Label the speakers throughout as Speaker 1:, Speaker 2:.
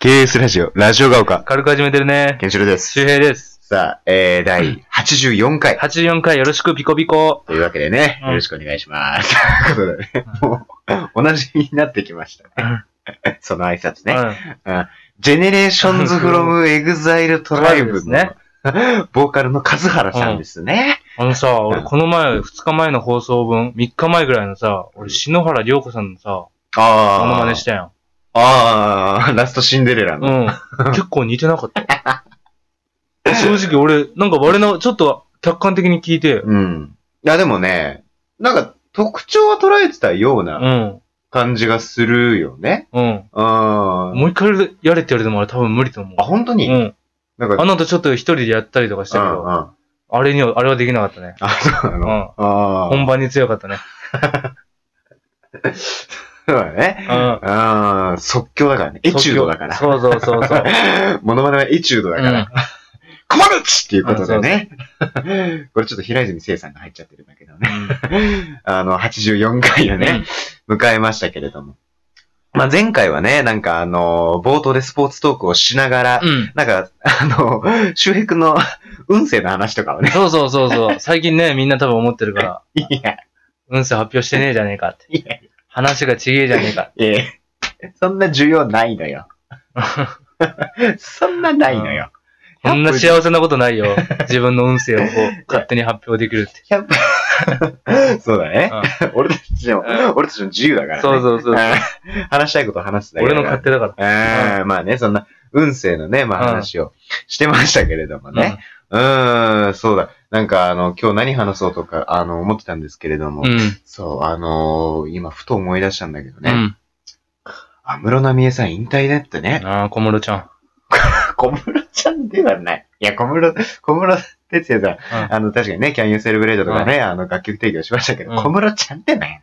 Speaker 1: KS ラジオ、ラジオが丘、
Speaker 2: 軽く始めてるね。
Speaker 1: ケンシロウです。
Speaker 2: 周平です。
Speaker 1: さあ、えー、第84回。
Speaker 2: 84回よろしくピコピコ。
Speaker 1: というわけでね、
Speaker 2: うん
Speaker 1: よろしくお願いします。ということでね、もう、同じになってきましたね。その挨拶ね。
Speaker 2: ね。
Speaker 1: ジェネレーションズフロムエグザイルトライブ
Speaker 2: そう
Speaker 1: の
Speaker 2: で、
Speaker 1: ボーカルのカズハラさんですね。
Speaker 2: あのさ、俺この前、2日前の放送分、3日前ぐらいのさ、俺篠原涼子さんのさ、
Speaker 1: あ
Speaker 2: モ
Speaker 1: あ。
Speaker 2: ノマネしたやん。
Speaker 1: ああ、ラストシンデレラの。
Speaker 2: うん。結構似てなかった。正直俺、なんか我の、ちょっと客観的に聞いて、
Speaker 1: うん。いや、でもね、なんか特徴は捉えてたよう
Speaker 2: う、
Speaker 1: なん感じがするよね。
Speaker 2: うん。
Speaker 1: うん。あ、
Speaker 2: もう一回やれって言われても俺多分無理と思う。
Speaker 1: 本当
Speaker 2: う
Speaker 1: に、
Speaker 2: ん。
Speaker 1: なんか、
Speaker 2: あの後ちょっと一人でやったりとかしたけ
Speaker 1: うんう
Speaker 2: ど、
Speaker 1: ん。
Speaker 2: あれには、あれはできなかったね。
Speaker 1: あ、そうな
Speaker 2: う
Speaker 1: の、
Speaker 2: ん。
Speaker 1: ああ。
Speaker 2: 本番に強かったね。
Speaker 1: そうだね。
Speaker 2: うん。
Speaker 1: ああ、即興だからね。エチュードだ から。
Speaker 2: そうそうそうそう。
Speaker 1: モノマネはエチュードだから。コマルチっていうことでね。 これちょっと平泉聖さんが入っちゃってるんだけどね。あの、84回をね、迎えましたけれども。まあ、前回はね、なんかあの、冒頭でスポーツトークをしながら、
Speaker 2: うん。
Speaker 1: なんか、あの、周平君の運勢の話とかをね、
Speaker 2: そうそうそ うそう。最近ね、みんな多分思ってるから、
Speaker 1: いや、
Speaker 2: 運勢発表してねえじゃねえかって。
Speaker 1: いや
Speaker 2: 話がちげえじゃねえか。
Speaker 1: ええそんな需要ないの よ。そんなないのよ。
Speaker 2: こんな幸せなことな いよ。自分の運勢をこう、勝手に発表できるって。
Speaker 1: 100そうだね。俺たちの
Speaker 2: う、
Speaker 1: 俺たちの自由だからね。
Speaker 2: そうそうそう。
Speaker 1: うん話したいことを話すだけ
Speaker 2: 俺
Speaker 1: だ
Speaker 2: の
Speaker 1: から
Speaker 2: 勝手だから。
Speaker 1: えーまあね、そんな、運勢のね、まあ
Speaker 2: うん
Speaker 1: 話をしてましたけれどもね。うーん、そうだ。なんか、あの、今日何話そうとか、あの、思ってたんですけれども、
Speaker 2: うん。うん。
Speaker 1: そう、あのー今、ふと思い出したんだけど
Speaker 2: う
Speaker 1: ね、
Speaker 2: ん。
Speaker 1: 安室奈美恵さん引退だったね。
Speaker 2: ああ、小室ちゃん。
Speaker 1: 小室ちゃんではない。いや、小室、小室哲也さん、あの、確かにね、Can You Celebrate とかね、あの、楽曲提供しましたけど、
Speaker 2: うん
Speaker 1: 小室ちゃんってなんやねん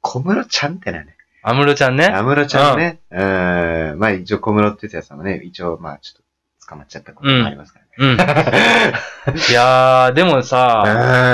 Speaker 1: 小室ちゃんってなんやねん
Speaker 2: 安室ちゃんね。
Speaker 1: 安室ちゃんね。うん。まあ一応小室哲也さんもね、一応まあちょっと捕まっちゃったこともありますからね。
Speaker 2: うん。いやー、でもさ、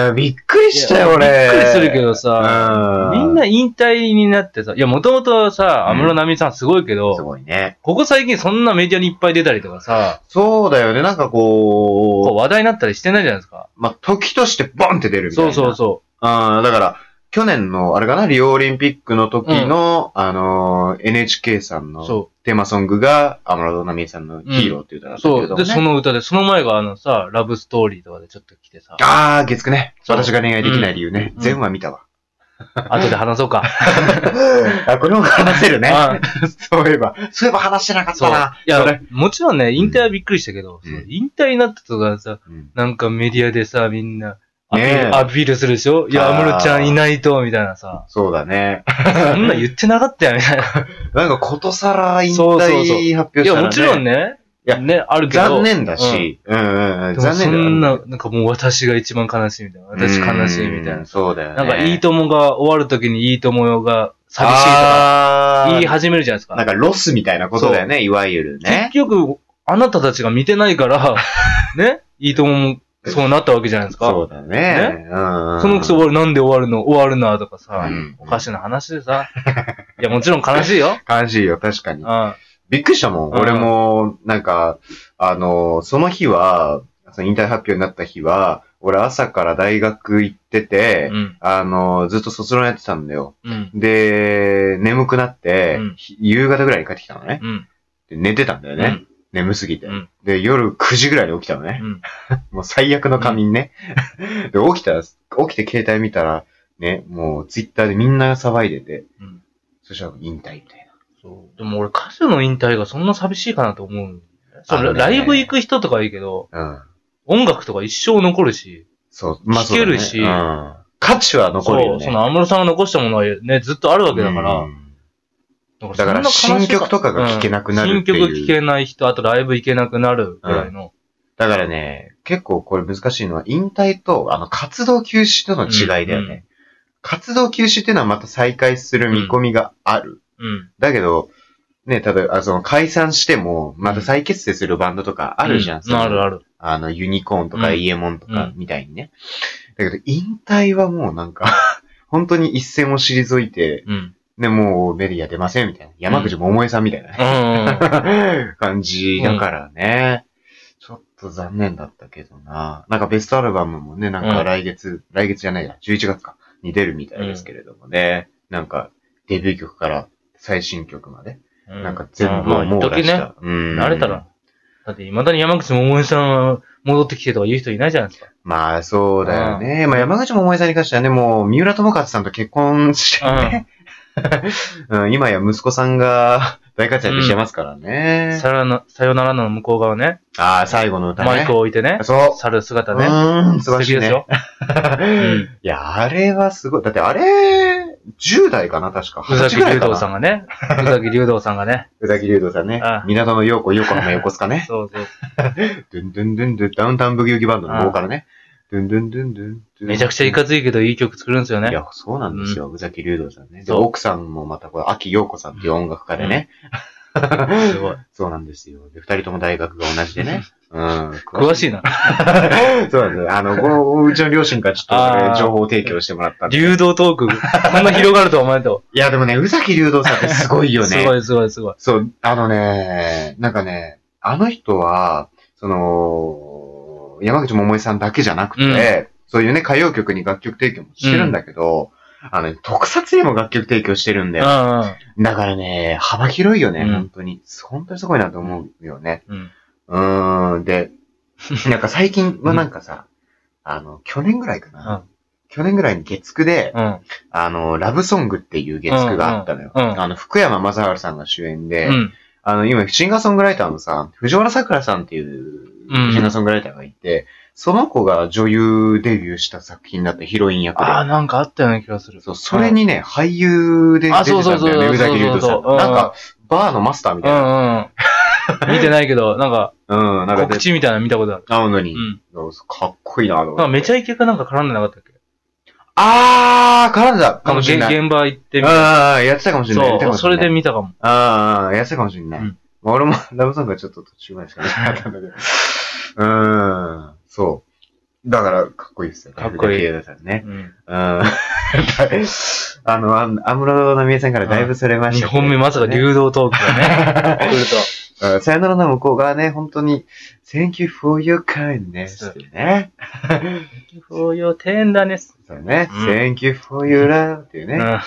Speaker 1: あーびっくりしたよ
Speaker 2: いや
Speaker 1: 俺。
Speaker 2: びっくりするけどさ、
Speaker 1: う
Speaker 2: みんな引退になってさ、いや、もともとさ、安室奈美さんすごいけ
Speaker 1: す
Speaker 2: ど、
Speaker 1: ごいね。
Speaker 2: ここ最近そんなメディアにいっぱい出たりとかさ、
Speaker 1: そうだよね。なんか
Speaker 2: こう
Speaker 1: こ
Speaker 2: 話題になったりしてないじゃないですか。
Speaker 1: う、まあ時としてボンって出るみたい
Speaker 2: そ
Speaker 1: な。
Speaker 2: うそう
Speaker 1: う。
Speaker 2: そ
Speaker 1: あーだから、去年の、あれかな、リオオリンピックの時の、あのー、NHK さん
Speaker 2: う。
Speaker 1: の
Speaker 2: そ
Speaker 1: テーマソングが、安室奈美恵さんのヒーローっていう歌だ
Speaker 2: う。
Speaker 1: ったけ
Speaker 2: そ
Speaker 1: れども、
Speaker 2: う。で、
Speaker 1: ね。
Speaker 2: その歌で、その前があのさ、ラブストーリーとかでちょっと来てさ、
Speaker 1: あー、月9ね。
Speaker 2: そう
Speaker 1: 私が恋愛できない理由ね。
Speaker 2: うん
Speaker 1: 全話見 たわ。
Speaker 2: 後で話そ うか。
Speaker 1: あ、これも話せるね。
Speaker 2: あ
Speaker 1: そういえば。そういえば話してなかっ
Speaker 2: そ
Speaker 1: た
Speaker 2: う。い
Speaker 1: な。そ
Speaker 2: や
Speaker 1: れ、
Speaker 2: もちろんね、引退はびっくりしたけど、
Speaker 1: うん
Speaker 2: その引退になったとかさ、なんかメディアでさ、みんな、アピール,、
Speaker 1: ねえ
Speaker 2: アピールするでしょいや、
Speaker 1: あー
Speaker 2: 安室ちゃんいないと、みたいなさ。
Speaker 1: そうだね。
Speaker 2: そんなん言ってなかったよ、みたい な。
Speaker 1: なんかことさら引
Speaker 2: そうそうそう
Speaker 1: 退発表
Speaker 2: い
Speaker 1: したら、ね。
Speaker 2: や、もちろんね。
Speaker 1: いや
Speaker 2: ね、あるけど。
Speaker 1: 残念だし。うんうんうん。
Speaker 2: でも
Speaker 1: 残念
Speaker 2: そ
Speaker 1: だよ
Speaker 2: んな、なんかもう私が一番悲しいみたいな。私悲しいみたい。
Speaker 1: う。
Speaker 2: なん
Speaker 1: そうだよね。
Speaker 2: なんか、いい
Speaker 1: と
Speaker 2: ともが終わるときにいいともが寂しいとか
Speaker 1: か
Speaker 2: 言い始めるじゃないです
Speaker 1: なん
Speaker 2: か。
Speaker 1: かロスみたいなことだよね、いわゆるね
Speaker 2: 結。局、あなたたちが見てないから、ね、 いいとももそうなったわけじゃないですか。
Speaker 1: そうだね。うんうん。
Speaker 2: そのくそ終わる、なんで終わるの終わるな、とかさ、
Speaker 1: うん
Speaker 2: おかしな話 でさ。いや、もちろん悲しいよ。
Speaker 1: 悲しいよ、確か
Speaker 2: う
Speaker 1: に
Speaker 2: ん。。あ
Speaker 1: びっくりしたもん。
Speaker 2: うん
Speaker 1: 俺も、なんか、あの、その日は、その引退発表になった日は、俺朝から大学行ってて、
Speaker 2: うん。
Speaker 1: あの、ずっと卒論やってたんだよ。
Speaker 2: うん。
Speaker 1: で、眠くなって、
Speaker 2: うん
Speaker 1: ひ夕方ぐらいに帰ってきたのね。
Speaker 2: うん。
Speaker 1: で寝てたんだよ
Speaker 2: う
Speaker 1: ね
Speaker 2: ん。
Speaker 1: 眠すぎて、
Speaker 2: うん
Speaker 1: で、夜9時ぐらいに起きたのね。
Speaker 2: うん。
Speaker 1: もう最悪の仮眠ね。で、起きたら、起きて携帯見たら、ね、もうツイッターでみんな騒いでて、
Speaker 2: うん。
Speaker 1: そしたら引退みたいな。
Speaker 2: そう。でも俺歌手の引退がそんな寂しいかなと思う。
Speaker 1: あ
Speaker 2: そ
Speaker 1: の
Speaker 2: う、
Speaker 1: ね
Speaker 2: ライブ行く人とかはいいけど、
Speaker 1: うん。
Speaker 2: 音楽とか一生残るし、
Speaker 1: そう、まあ、
Speaker 2: 聞けるし
Speaker 1: そうだねうん価値は残るよね。
Speaker 2: そう、その安室さんが残したものはね、ずっとあるわけだから、
Speaker 1: うん
Speaker 2: だ
Speaker 1: だから
Speaker 2: そんな悲し
Speaker 1: 新
Speaker 2: い
Speaker 1: 曲とかが聴けなくなるっていう
Speaker 2: うん新曲聴けない人、あとライブ行けなくなるぐらいの。
Speaker 1: だからね、結構これ難しいのは、引退と、あの、活動休止との違いだよね。
Speaker 2: うんうん
Speaker 1: 活動休止っていうのはまた再開する見込みがある。
Speaker 2: うん。
Speaker 1: だけど、ね、例えば、あその解散しても、また再結成するバンドとかあるじゃん。
Speaker 2: うある
Speaker 1: あ
Speaker 2: ある。
Speaker 1: あの、ユニコーンとか
Speaker 2: うん
Speaker 1: イエモンと
Speaker 2: う
Speaker 1: か
Speaker 2: ん
Speaker 1: みたいにね。 だけど、引退はもうなんか、本当に一線を退いて、
Speaker 2: うん。
Speaker 1: ね、もうメディア出ませんみたいな。山口百恵さんみたいなね、
Speaker 2: う
Speaker 1: 感じだからね。ちょっと残念だったけどな。なんかベストアルバムもね、なん
Speaker 2: う
Speaker 1: か
Speaker 2: ん
Speaker 1: 来月、来月じゃないや、11月か、に出るみたいですけれどもね。なんか、デビュー曲から最新曲まで。
Speaker 2: ん。
Speaker 1: なんか全部をもう出した。
Speaker 2: まあ一時ね。
Speaker 1: うん。
Speaker 2: 慣れたら。だって、未だに山口百恵さん戻ってきてとか言う人いないじゃないですか。
Speaker 1: まあ、そうだよね。まあ、山口百恵さんに関してはね、もう、三浦友和さんと結婚してね。うん、今や息子さんが 大活躍してますからね。
Speaker 2: さよなら、さよならの向こう側ね、
Speaker 1: ああ、最後の歌ね。
Speaker 2: マイクを置いてね、
Speaker 1: そう。
Speaker 2: 去る姿
Speaker 1: う
Speaker 2: ね。
Speaker 1: ーん、素晴らしい
Speaker 2: です
Speaker 1: ね。
Speaker 2: よ。うん
Speaker 1: いや、あれはすごい。だってあれ、10代かな、確か。
Speaker 2: 宇
Speaker 1: 20歳
Speaker 2: 崎
Speaker 1: ぐらい
Speaker 2: 竜
Speaker 1: か
Speaker 2: 道さ
Speaker 1: な。
Speaker 2: んがね、宇崎竜道さんがね、
Speaker 1: 宇崎竜道さんね
Speaker 2: ああ。
Speaker 1: 港の陽子、横浜横須賀ね。
Speaker 2: そうそう。
Speaker 1: ドゥンドゥンドゥンドゥン、ダウンタウンブギウギバンドのボーカルね。ドゥンドゥンドゥンドゥンドゥン。
Speaker 2: めちゃくちゃいかついけどいい曲作るんですよ
Speaker 1: い
Speaker 2: ね。
Speaker 1: や、そうなんですよ。宇崎竜道さんね。で、
Speaker 2: そう
Speaker 1: 奥さんもまた、これ、秋陽子さんっていう音楽家でね。
Speaker 2: すごい。
Speaker 1: そうなんですよ。で、二人とも大学が同じで ね。うん。詳
Speaker 2: 詳
Speaker 1: い。
Speaker 2: しいな。
Speaker 1: そうなんですよ。あの、このうちの両親からちょっと
Speaker 2: あ
Speaker 1: ね
Speaker 2: ー
Speaker 1: 情報提供してもらったんで。い
Speaker 2: 流動トーク。 こんな広がるとは思えんと。
Speaker 1: や、でもね、宇崎竜道さんってすごいよね。
Speaker 2: すごいすごいすごい。
Speaker 1: そう、あのね、なんかね、あの人は、その、山口百恵さんだけじゃなくて、
Speaker 2: う
Speaker 1: そういうね、歌謡曲に楽曲提供もしてるんだけど、あの、特撮にも楽曲提供してるんだよ。
Speaker 2: う
Speaker 1: だからね、幅広いよね、
Speaker 2: うん
Speaker 1: 本当に。本当にすごいなと思うよね。
Speaker 2: んうんうん。
Speaker 1: うーん、 で、なんか最近はなんかさ、あの、去年ぐらいかな。去年ぐらいに月9で、
Speaker 2: うん。
Speaker 1: あの、ラブソングっていう月9があったのよ。
Speaker 2: うんうんうん
Speaker 1: あの、福山雅治さんが主演で、
Speaker 2: うん。
Speaker 1: あの、今、シンガーソングライターのさ、藤原さくらさんっていう
Speaker 2: うん、
Speaker 1: シンガーソングライターがいて、その子が女優デビューした作品だった、ヒロイン役
Speaker 2: ああ、
Speaker 1: で。
Speaker 2: なんかあったような気がする。
Speaker 1: そう、それにね、俳優で出
Speaker 2: あ
Speaker 1: てたん
Speaker 2: そうそう
Speaker 1: だ
Speaker 2: そう
Speaker 1: よね、宇崎竜斗さん
Speaker 2: そうそうそう
Speaker 1: が。なんか、バーのマスターみ
Speaker 2: う
Speaker 1: たいな。
Speaker 2: ん うん。見てないけど、なんか、
Speaker 1: うん、なんか
Speaker 2: 告
Speaker 1: で、
Speaker 2: 知みたいなの見たことある。
Speaker 1: なのに
Speaker 2: う、ん。
Speaker 1: かっこいいなと
Speaker 2: なんか
Speaker 1: 思って。
Speaker 2: めちゃイケかなんか絡んでなかったっけ
Speaker 1: あー、絡んだかもしれない。
Speaker 2: 現場行ってみ
Speaker 1: あー、やってたかもしれない。やってたか
Speaker 2: そ
Speaker 1: も
Speaker 2: う、
Speaker 1: し
Speaker 2: そ
Speaker 1: れ
Speaker 2: れ
Speaker 1: ない
Speaker 2: で見たかも。
Speaker 1: ああ、痩せたかもしれない。
Speaker 2: うん
Speaker 1: まあ、俺もラブソングはちょっと途中までしか見てなかったんだけど。うーん、そう。だから、かっこいいですよ。
Speaker 2: かっこいい
Speaker 1: 藤原さんね。
Speaker 2: うん
Speaker 1: うん。あの、 あ安室奈美恵さんからだいぶそれまし
Speaker 2: 二
Speaker 1: たけど、
Speaker 2: 本目まさか流動トー クがね、来る
Speaker 1: うんさよならの向こうがね、本当に、Thank you for your kindness ってね。
Speaker 2: と。そういう点だね。
Speaker 1: そうね、
Speaker 2: うん
Speaker 1: Thank you for your love っていう
Speaker 2: う
Speaker 1: ね。
Speaker 2: ん。
Speaker 1: あ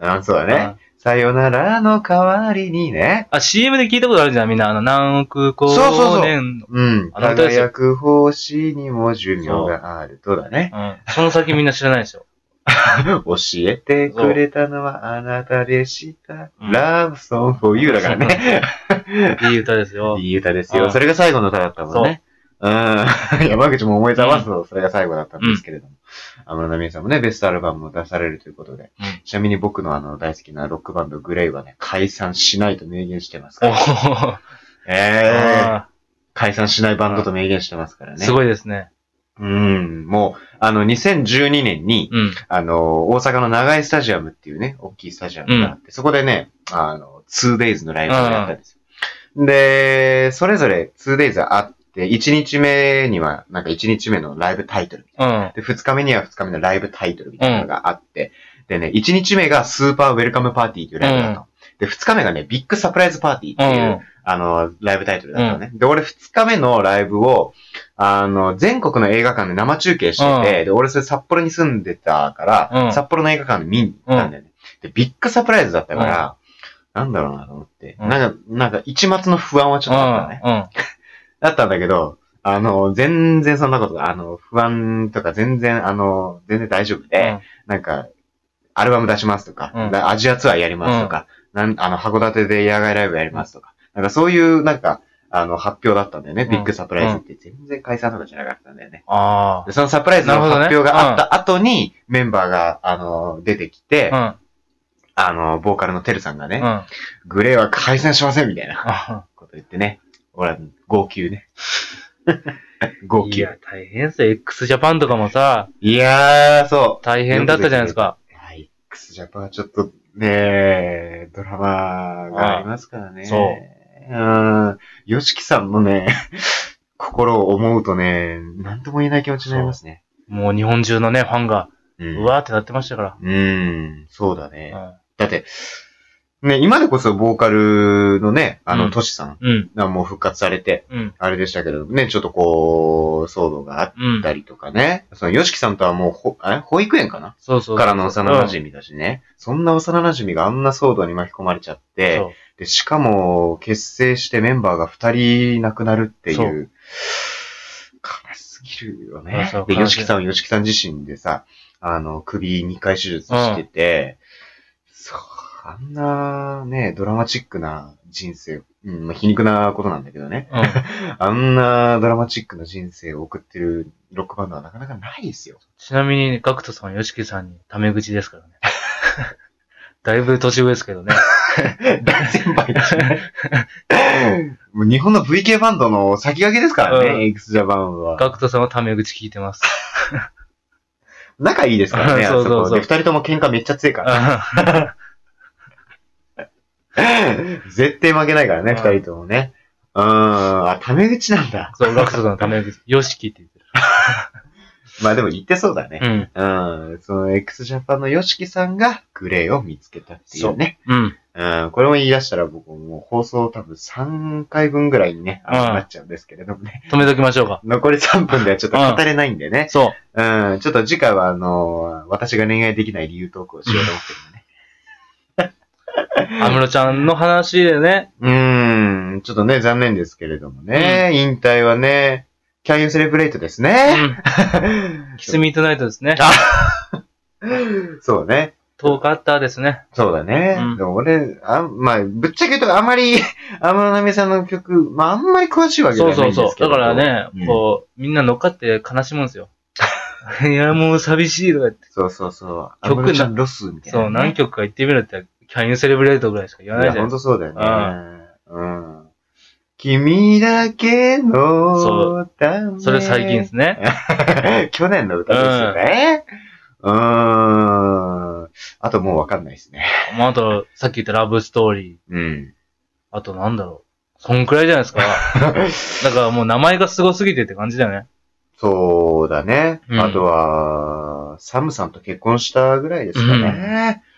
Speaker 1: あそうだ
Speaker 2: うん
Speaker 1: ね。さよならの代わりにね。
Speaker 2: あ、CM で聞いたことあるじゃん、みんな。あの、何億光
Speaker 1: そうそうそう
Speaker 2: 年の。
Speaker 1: うん。
Speaker 2: あの歌ですよ
Speaker 1: 輝く星にも寿命があるとだね。
Speaker 2: うん。その先みんな知らない でしょ。
Speaker 1: 教えてくれたのはあなたでした。
Speaker 2: うん
Speaker 1: Love Song for You だからね。
Speaker 2: いい歌ですよ。
Speaker 1: いい歌です
Speaker 2: う
Speaker 1: よ。
Speaker 2: ん
Speaker 1: それが最後の歌だったもんね。うん。山口も思いざわすの、それが最後だったんですけれども。安室奈美恵さんもね、ベストアルバムも出されるということで
Speaker 2: うん。
Speaker 1: ちなみに僕のあの、大好きなロックバンドグレイはね、解散しないと明言してますか
Speaker 2: お
Speaker 1: ら。
Speaker 2: ー
Speaker 1: ええ。
Speaker 2: あ
Speaker 1: 解散しないバンドと明言してますから
Speaker 2: ー
Speaker 1: ね。
Speaker 2: すごいですね。
Speaker 1: うん、もう、あの、2012年に、
Speaker 2: うん。
Speaker 1: あの、大阪の長井スタジアムっていうね、大きいスタジアムがあって、そこでね、あの、2days のライブをやったんですよ。で、それぞれ 2days あって、1日目には、なんか1日目のライブタイトル。
Speaker 2: うん。
Speaker 1: で、2日目には2日目のライブタイトルみたいなのがあって、でね、1日目がスーパーウェルカムパーティーというライブだったの。で、2日目がね、ビッグサプライズパーティーっ
Speaker 2: う
Speaker 1: ていう、
Speaker 2: ん。
Speaker 1: あの、ライブタイトルだったのね。で、俺2日目のライブを、あの、全国の映画館で生中継してて、で、俺それ札幌に住んでたから、
Speaker 2: うん
Speaker 1: 札幌の映画館で見に行ったんだよね。で、ビッグサプライズだったから、なんだろうなと思って、
Speaker 2: うん
Speaker 1: なんか、なんか一抹の不安はちょっとあったね。
Speaker 2: うん。
Speaker 1: だったんだけど、あの、全然そんなこと、あの、不安とか全然、あの、全然大丈夫で、
Speaker 2: うん
Speaker 1: なんか、アルバム出しますとか、
Speaker 2: うん
Speaker 1: なアジアツアーやりますとか、なんあの、函館で野外ライブやりますとか、なんかそういう、なんか、あの、発表だったんだよね。
Speaker 2: うん
Speaker 1: ビッグサプライズって全然解散とかじゃなかったんだよね。
Speaker 2: あ
Speaker 1: でそのサプライズの
Speaker 2: なるほ
Speaker 1: 発
Speaker 2: どね
Speaker 1: 表があった後に、メンバーが、あの、出てきて、
Speaker 2: あ。
Speaker 1: あの、ボーカルのテルさんが
Speaker 2: う
Speaker 1: ね、
Speaker 2: ん。うん。
Speaker 1: グレーは解散しませんみたいな
Speaker 2: あ
Speaker 1: こと言ってね。ほら、号泣 ね。号
Speaker 2: い
Speaker 1: 泣。
Speaker 2: や、大変っすよ。x ジャパンとかもさ、
Speaker 1: いやー、そう。
Speaker 2: 大変だったじゃないですか。
Speaker 1: はい。X ジャパンはちょっとね、ドラマがありますからね。。
Speaker 2: そ
Speaker 1: う
Speaker 2: う
Speaker 1: ん。ヨシキさんのね、 心を思うとね、なんとも言えない気持ちになりますね。
Speaker 2: もう日本中のね、ファンが、
Speaker 1: うん
Speaker 2: うわーってなってましたから。
Speaker 1: うん、そうだね。だって、ね、今でこそボーカルのね、あ
Speaker 2: う
Speaker 1: の、
Speaker 2: ん
Speaker 1: トシさん
Speaker 2: うん。
Speaker 1: がもう復活されて、
Speaker 2: うん。
Speaker 1: あれでしたけど、ね、ちょっとこう、騒動があっ
Speaker 2: うん
Speaker 1: た。りとかね、その、ヨシキさんとはもう、ほ、え保育園かな
Speaker 2: そうそう。
Speaker 1: からの幼馴染だしね、そんな幼馴染があんな騒動に巻き込まれちゃっ
Speaker 2: うん
Speaker 1: て、
Speaker 2: そう
Speaker 1: で、しかも、結成してメンバーが二人亡くなるってい
Speaker 2: そう
Speaker 1: う、悲しすぎるよね
Speaker 2: そう。
Speaker 1: で、
Speaker 2: 悲
Speaker 1: ヨ
Speaker 2: しい
Speaker 1: シキさんはヨシキさん自身でさ、あの、首2回手術してて、そう、あんなね、ドラマチックな人生、うん、まあ皮肉なことなんだけどね、
Speaker 2: うん。
Speaker 1: あんなドラマチックな人生を送ってるロックバンドはなかなかないですよ。
Speaker 2: ちなみに、ガクトさんはヨシキさんにタメ口ですからね。 だいぶ年上ですけどね。
Speaker 1: 大先輩だしね。もう日本の VK バンドの先駆けですから
Speaker 2: うん
Speaker 1: ね、x ジャパンは。
Speaker 2: ガクトさんはタメ口聞い てます。
Speaker 1: 仲いいですからね、
Speaker 2: そ
Speaker 1: あ
Speaker 2: うそう
Speaker 1: そ
Speaker 2: そう
Speaker 1: こ。で、二人とも喧嘩めっちゃ強いから。 絶対負けないからね、
Speaker 2: うん
Speaker 1: 二人ともね。うーん、あ、タメ口なんだ。
Speaker 2: そう、ガクトさんのタメ口。ヨシキって言って
Speaker 1: まあでも言ってそうだね。
Speaker 2: る。
Speaker 1: うん、その x ジャパンの YOSHIKI さんがグレーを見つけたっていうね。
Speaker 2: うん。うん。
Speaker 1: うん、これも言い出したら僕もう放送多分3回分ぐらいにね、あの
Speaker 2: うん
Speaker 1: なっちゃうんですけれどもね。
Speaker 2: 止めときましょうか。
Speaker 1: 残り3分ではちょっと語れないんでね。
Speaker 2: そ
Speaker 1: うん、ちょっと次回は、あのー私が恋愛できない理由トークをしようと思ってるんでね。
Speaker 2: う。アムロちゃんの話でね。
Speaker 1: うーん、ちょっとね、残念ですけれどもね。引退はね、キャンユーセレブレイトです
Speaker 2: う
Speaker 1: ね。
Speaker 2: ん。キスミートナイトですね。
Speaker 1: そうね。
Speaker 2: 遠かったですね。
Speaker 1: そうだね。
Speaker 2: うん
Speaker 1: でも俺、あまあ、ぶっちゃけ言うとあまり、 安室奈美さんの曲、まああんまり詳しいわけじゃ
Speaker 2: そ
Speaker 1: な
Speaker 2: う
Speaker 1: いん
Speaker 2: そ
Speaker 1: で
Speaker 2: う
Speaker 1: すけど。
Speaker 2: そう。だから。
Speaker 1: う
Speaker 2: ね、
Speaker 1: ん
Speaker 2: こう、みんな乗っかって悲しむんですよ。 いや、もう寂しいとか言って。
Speaker 1: そうそうそう。安
Speaker 2: 曲な
Speaker 1: 室ちゃんロスみたいなね、
Speaker 2: そう、何曲か言ってみろって、Can you celebrate ぐらいしか言わ
Speaker 1: い
Speaker 2: ない
Speaker 1: や、
Speaker 2: じゃ
Speaker 1: ほ
Speaker 2: ん
Speaker 1: ん。とそうだよね。うん。君だけのため
Speaker 2: それ最近ですね。
Speaker 1: 去年の歌ですよね。うーん。あともうわかんないですね。
Speaker 2: まあ、あと、さっき言ったラブストーリー。
Speaker 1: うん。
Speaker 2: あとなんだろう。そんくらいじゃない ですか。だからもう名前がすごすぎてって感じだよね。
Speaker 1: そうだね。
Speaker 2: うん
Speaker 1: あとは、サムさんと結婚したぐらいですかね。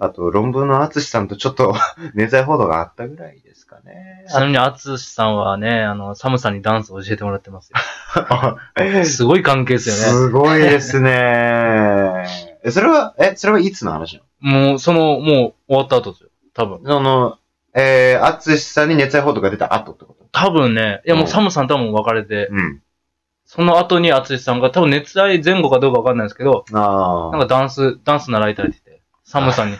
Speaker 1: あと、論文の淳さんとちょっと 熱愛報道があったぐらいですかね。
Speaker 2: ちなみに、あつしさんはね、あの、サムさんにダンスを教えてもらってますよ。
Speaker 1: あ
Speaker 2: すごい関係です よね。
Speaker 1: すごいですね。えそれは、え、それはいつの話なの
Speaker 2: もう、その、もう終わった後ですよ。多分。
Speaker 1: その、えー、淳さんに熱愛報道が出た後ってこと
Speaker 2: 多分ね、いやもう
Speaker 1: うん
Speaker 2: サムさんとはもう別れて、
Speaker 1: うん。
Speaker 2: その後にあつしさんが多分熱愛前後かどうかわかんないですけど、
Speaker 1: ああ。
Speaker 2: なんかダンス、ダンス習いたいって言って、サムさ んに。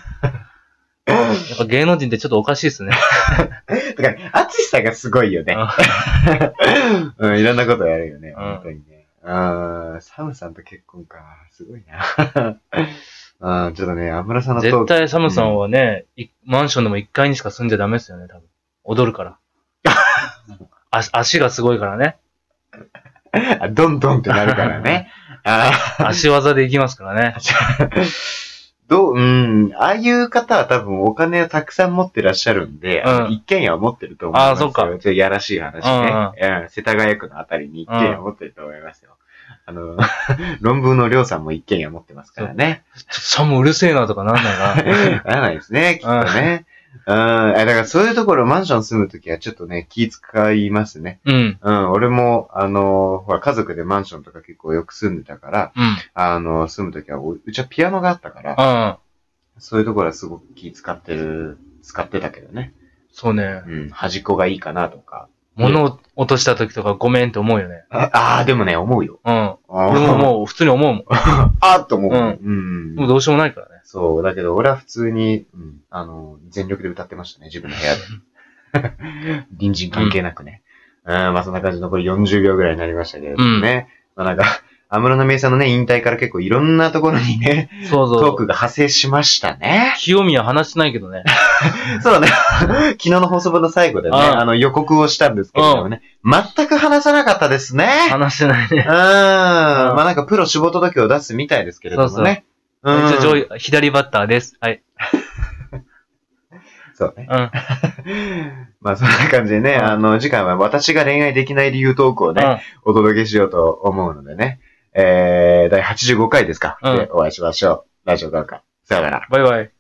Speaker 2: やっぱ芸能人ってちょっとおかしいです ね。
Speaker 1: だから、アツシさんがすごいよね。 うん、いろんなことやるよね、
Speaker 2: うん
Speaker 1: 本当にね。うん、サムさんと結婚か。すごいな。 うん、ちょっとね、安室さんのトー
Speaker 2: 絶
Speaker 1: ク。
Speaker 2: 対サムさんはね、いマンションでも1階にしか住んじゃダメですよね、多分。踊る から。あ足がすごいからね。
Speaker 1: あドンドンってなるから ね。あ
Speaker 2: 足技でいきますから ね。
Speaker 1: どう、うん、ああいう方は多分お金をたくさん持ってらっしゃるんで、あの
Speaker 2: うん
Speaker 1: 一軒家を持ってると思いますよ。
Speaker 2: あーそっか
Speaker 1: ちょっといやらしい話ね。うん、世田谷区のあたりに一軒家を持ってると思いますよ。あの、 論文のりょうさんも一軒家持ってますからね。
Speaker 2: サムうるせえなとかなんない な。
Speaker 1: ならないですね、きっとね。うん、あだからそういうところ、マンション住むときはちょっとね、気使いますね。
Speaker 2: うん。
Speaker 1: うん、俺も、あの、ほら、家族でマンションとか結構よく住んでたから、
Speaker 2: うん。
Speaker 1: あの、住むときは、おうちはピアノがあったから、
Speaker 2: うん。
Speaker 1: そういうところはすごく気使ってる、使ってたけどね。
Speaker 2: そうね。
Speaker 1: うん、端っこがいいかなとか。
Speaker 2: 物を落とした時とかごめんって思うよね。
Speaker 1: ああー、でもね、思うよ。
Speaker 2: うん。
Speaker 1: 俺
Speaker 2: 俺ももう普通に思うもん。
Speaker 1: あーっと思う。
Speaker 2: うん
Speaker 1: うん
Speaker 2: もうどうしようもないからね。
Speaker 1: そう、だけど俺は普通に、うん、あの、全力で歌ってましたね、自分の部屋で。隣人関係なくね。うん、まあそんな感じで残り40秒ぐらいになりましたけれどもね。まあなんか、安室奈美恵さんのね、引退から結構いろんなところにね、
Speaker 2: そう
Speaker 1: ト
Speaker 2: そ
Speaker 1: ーク
Speaker 2: う。
Speaker 1: が派生しましたね。
Speaker 2: 清宮話してないけどね。
Speaker 1: そうだね。 昨日の放送分の最後でね、
Speaker 2: うん
Speaker 1: あの予告をしたんですけれどもね、全く話さなかったですね。
Speaker 2: 話してない
Speaker 1: うん。
Speaker 2: ね。
Speaker 1: まあなんかプロ仕事時を出すみたいですけれどもね。うん
Speaker 2: 一応上位左バッターです。はい。
Speaker 1: そうね。
Speaker 2: うん。
Speaker 1: まあそんな感じでね、
Speaker 2: うん
Speaker 1: あの、次回は私が恋愛できない理由トークをね、お届けしようと思うのでね、えー、第85回ですか、
Speaker 2: うん
Speaker 1: でお会いしましょう。ラジオどうか。さよなら。
Speaker 2: バイバイ。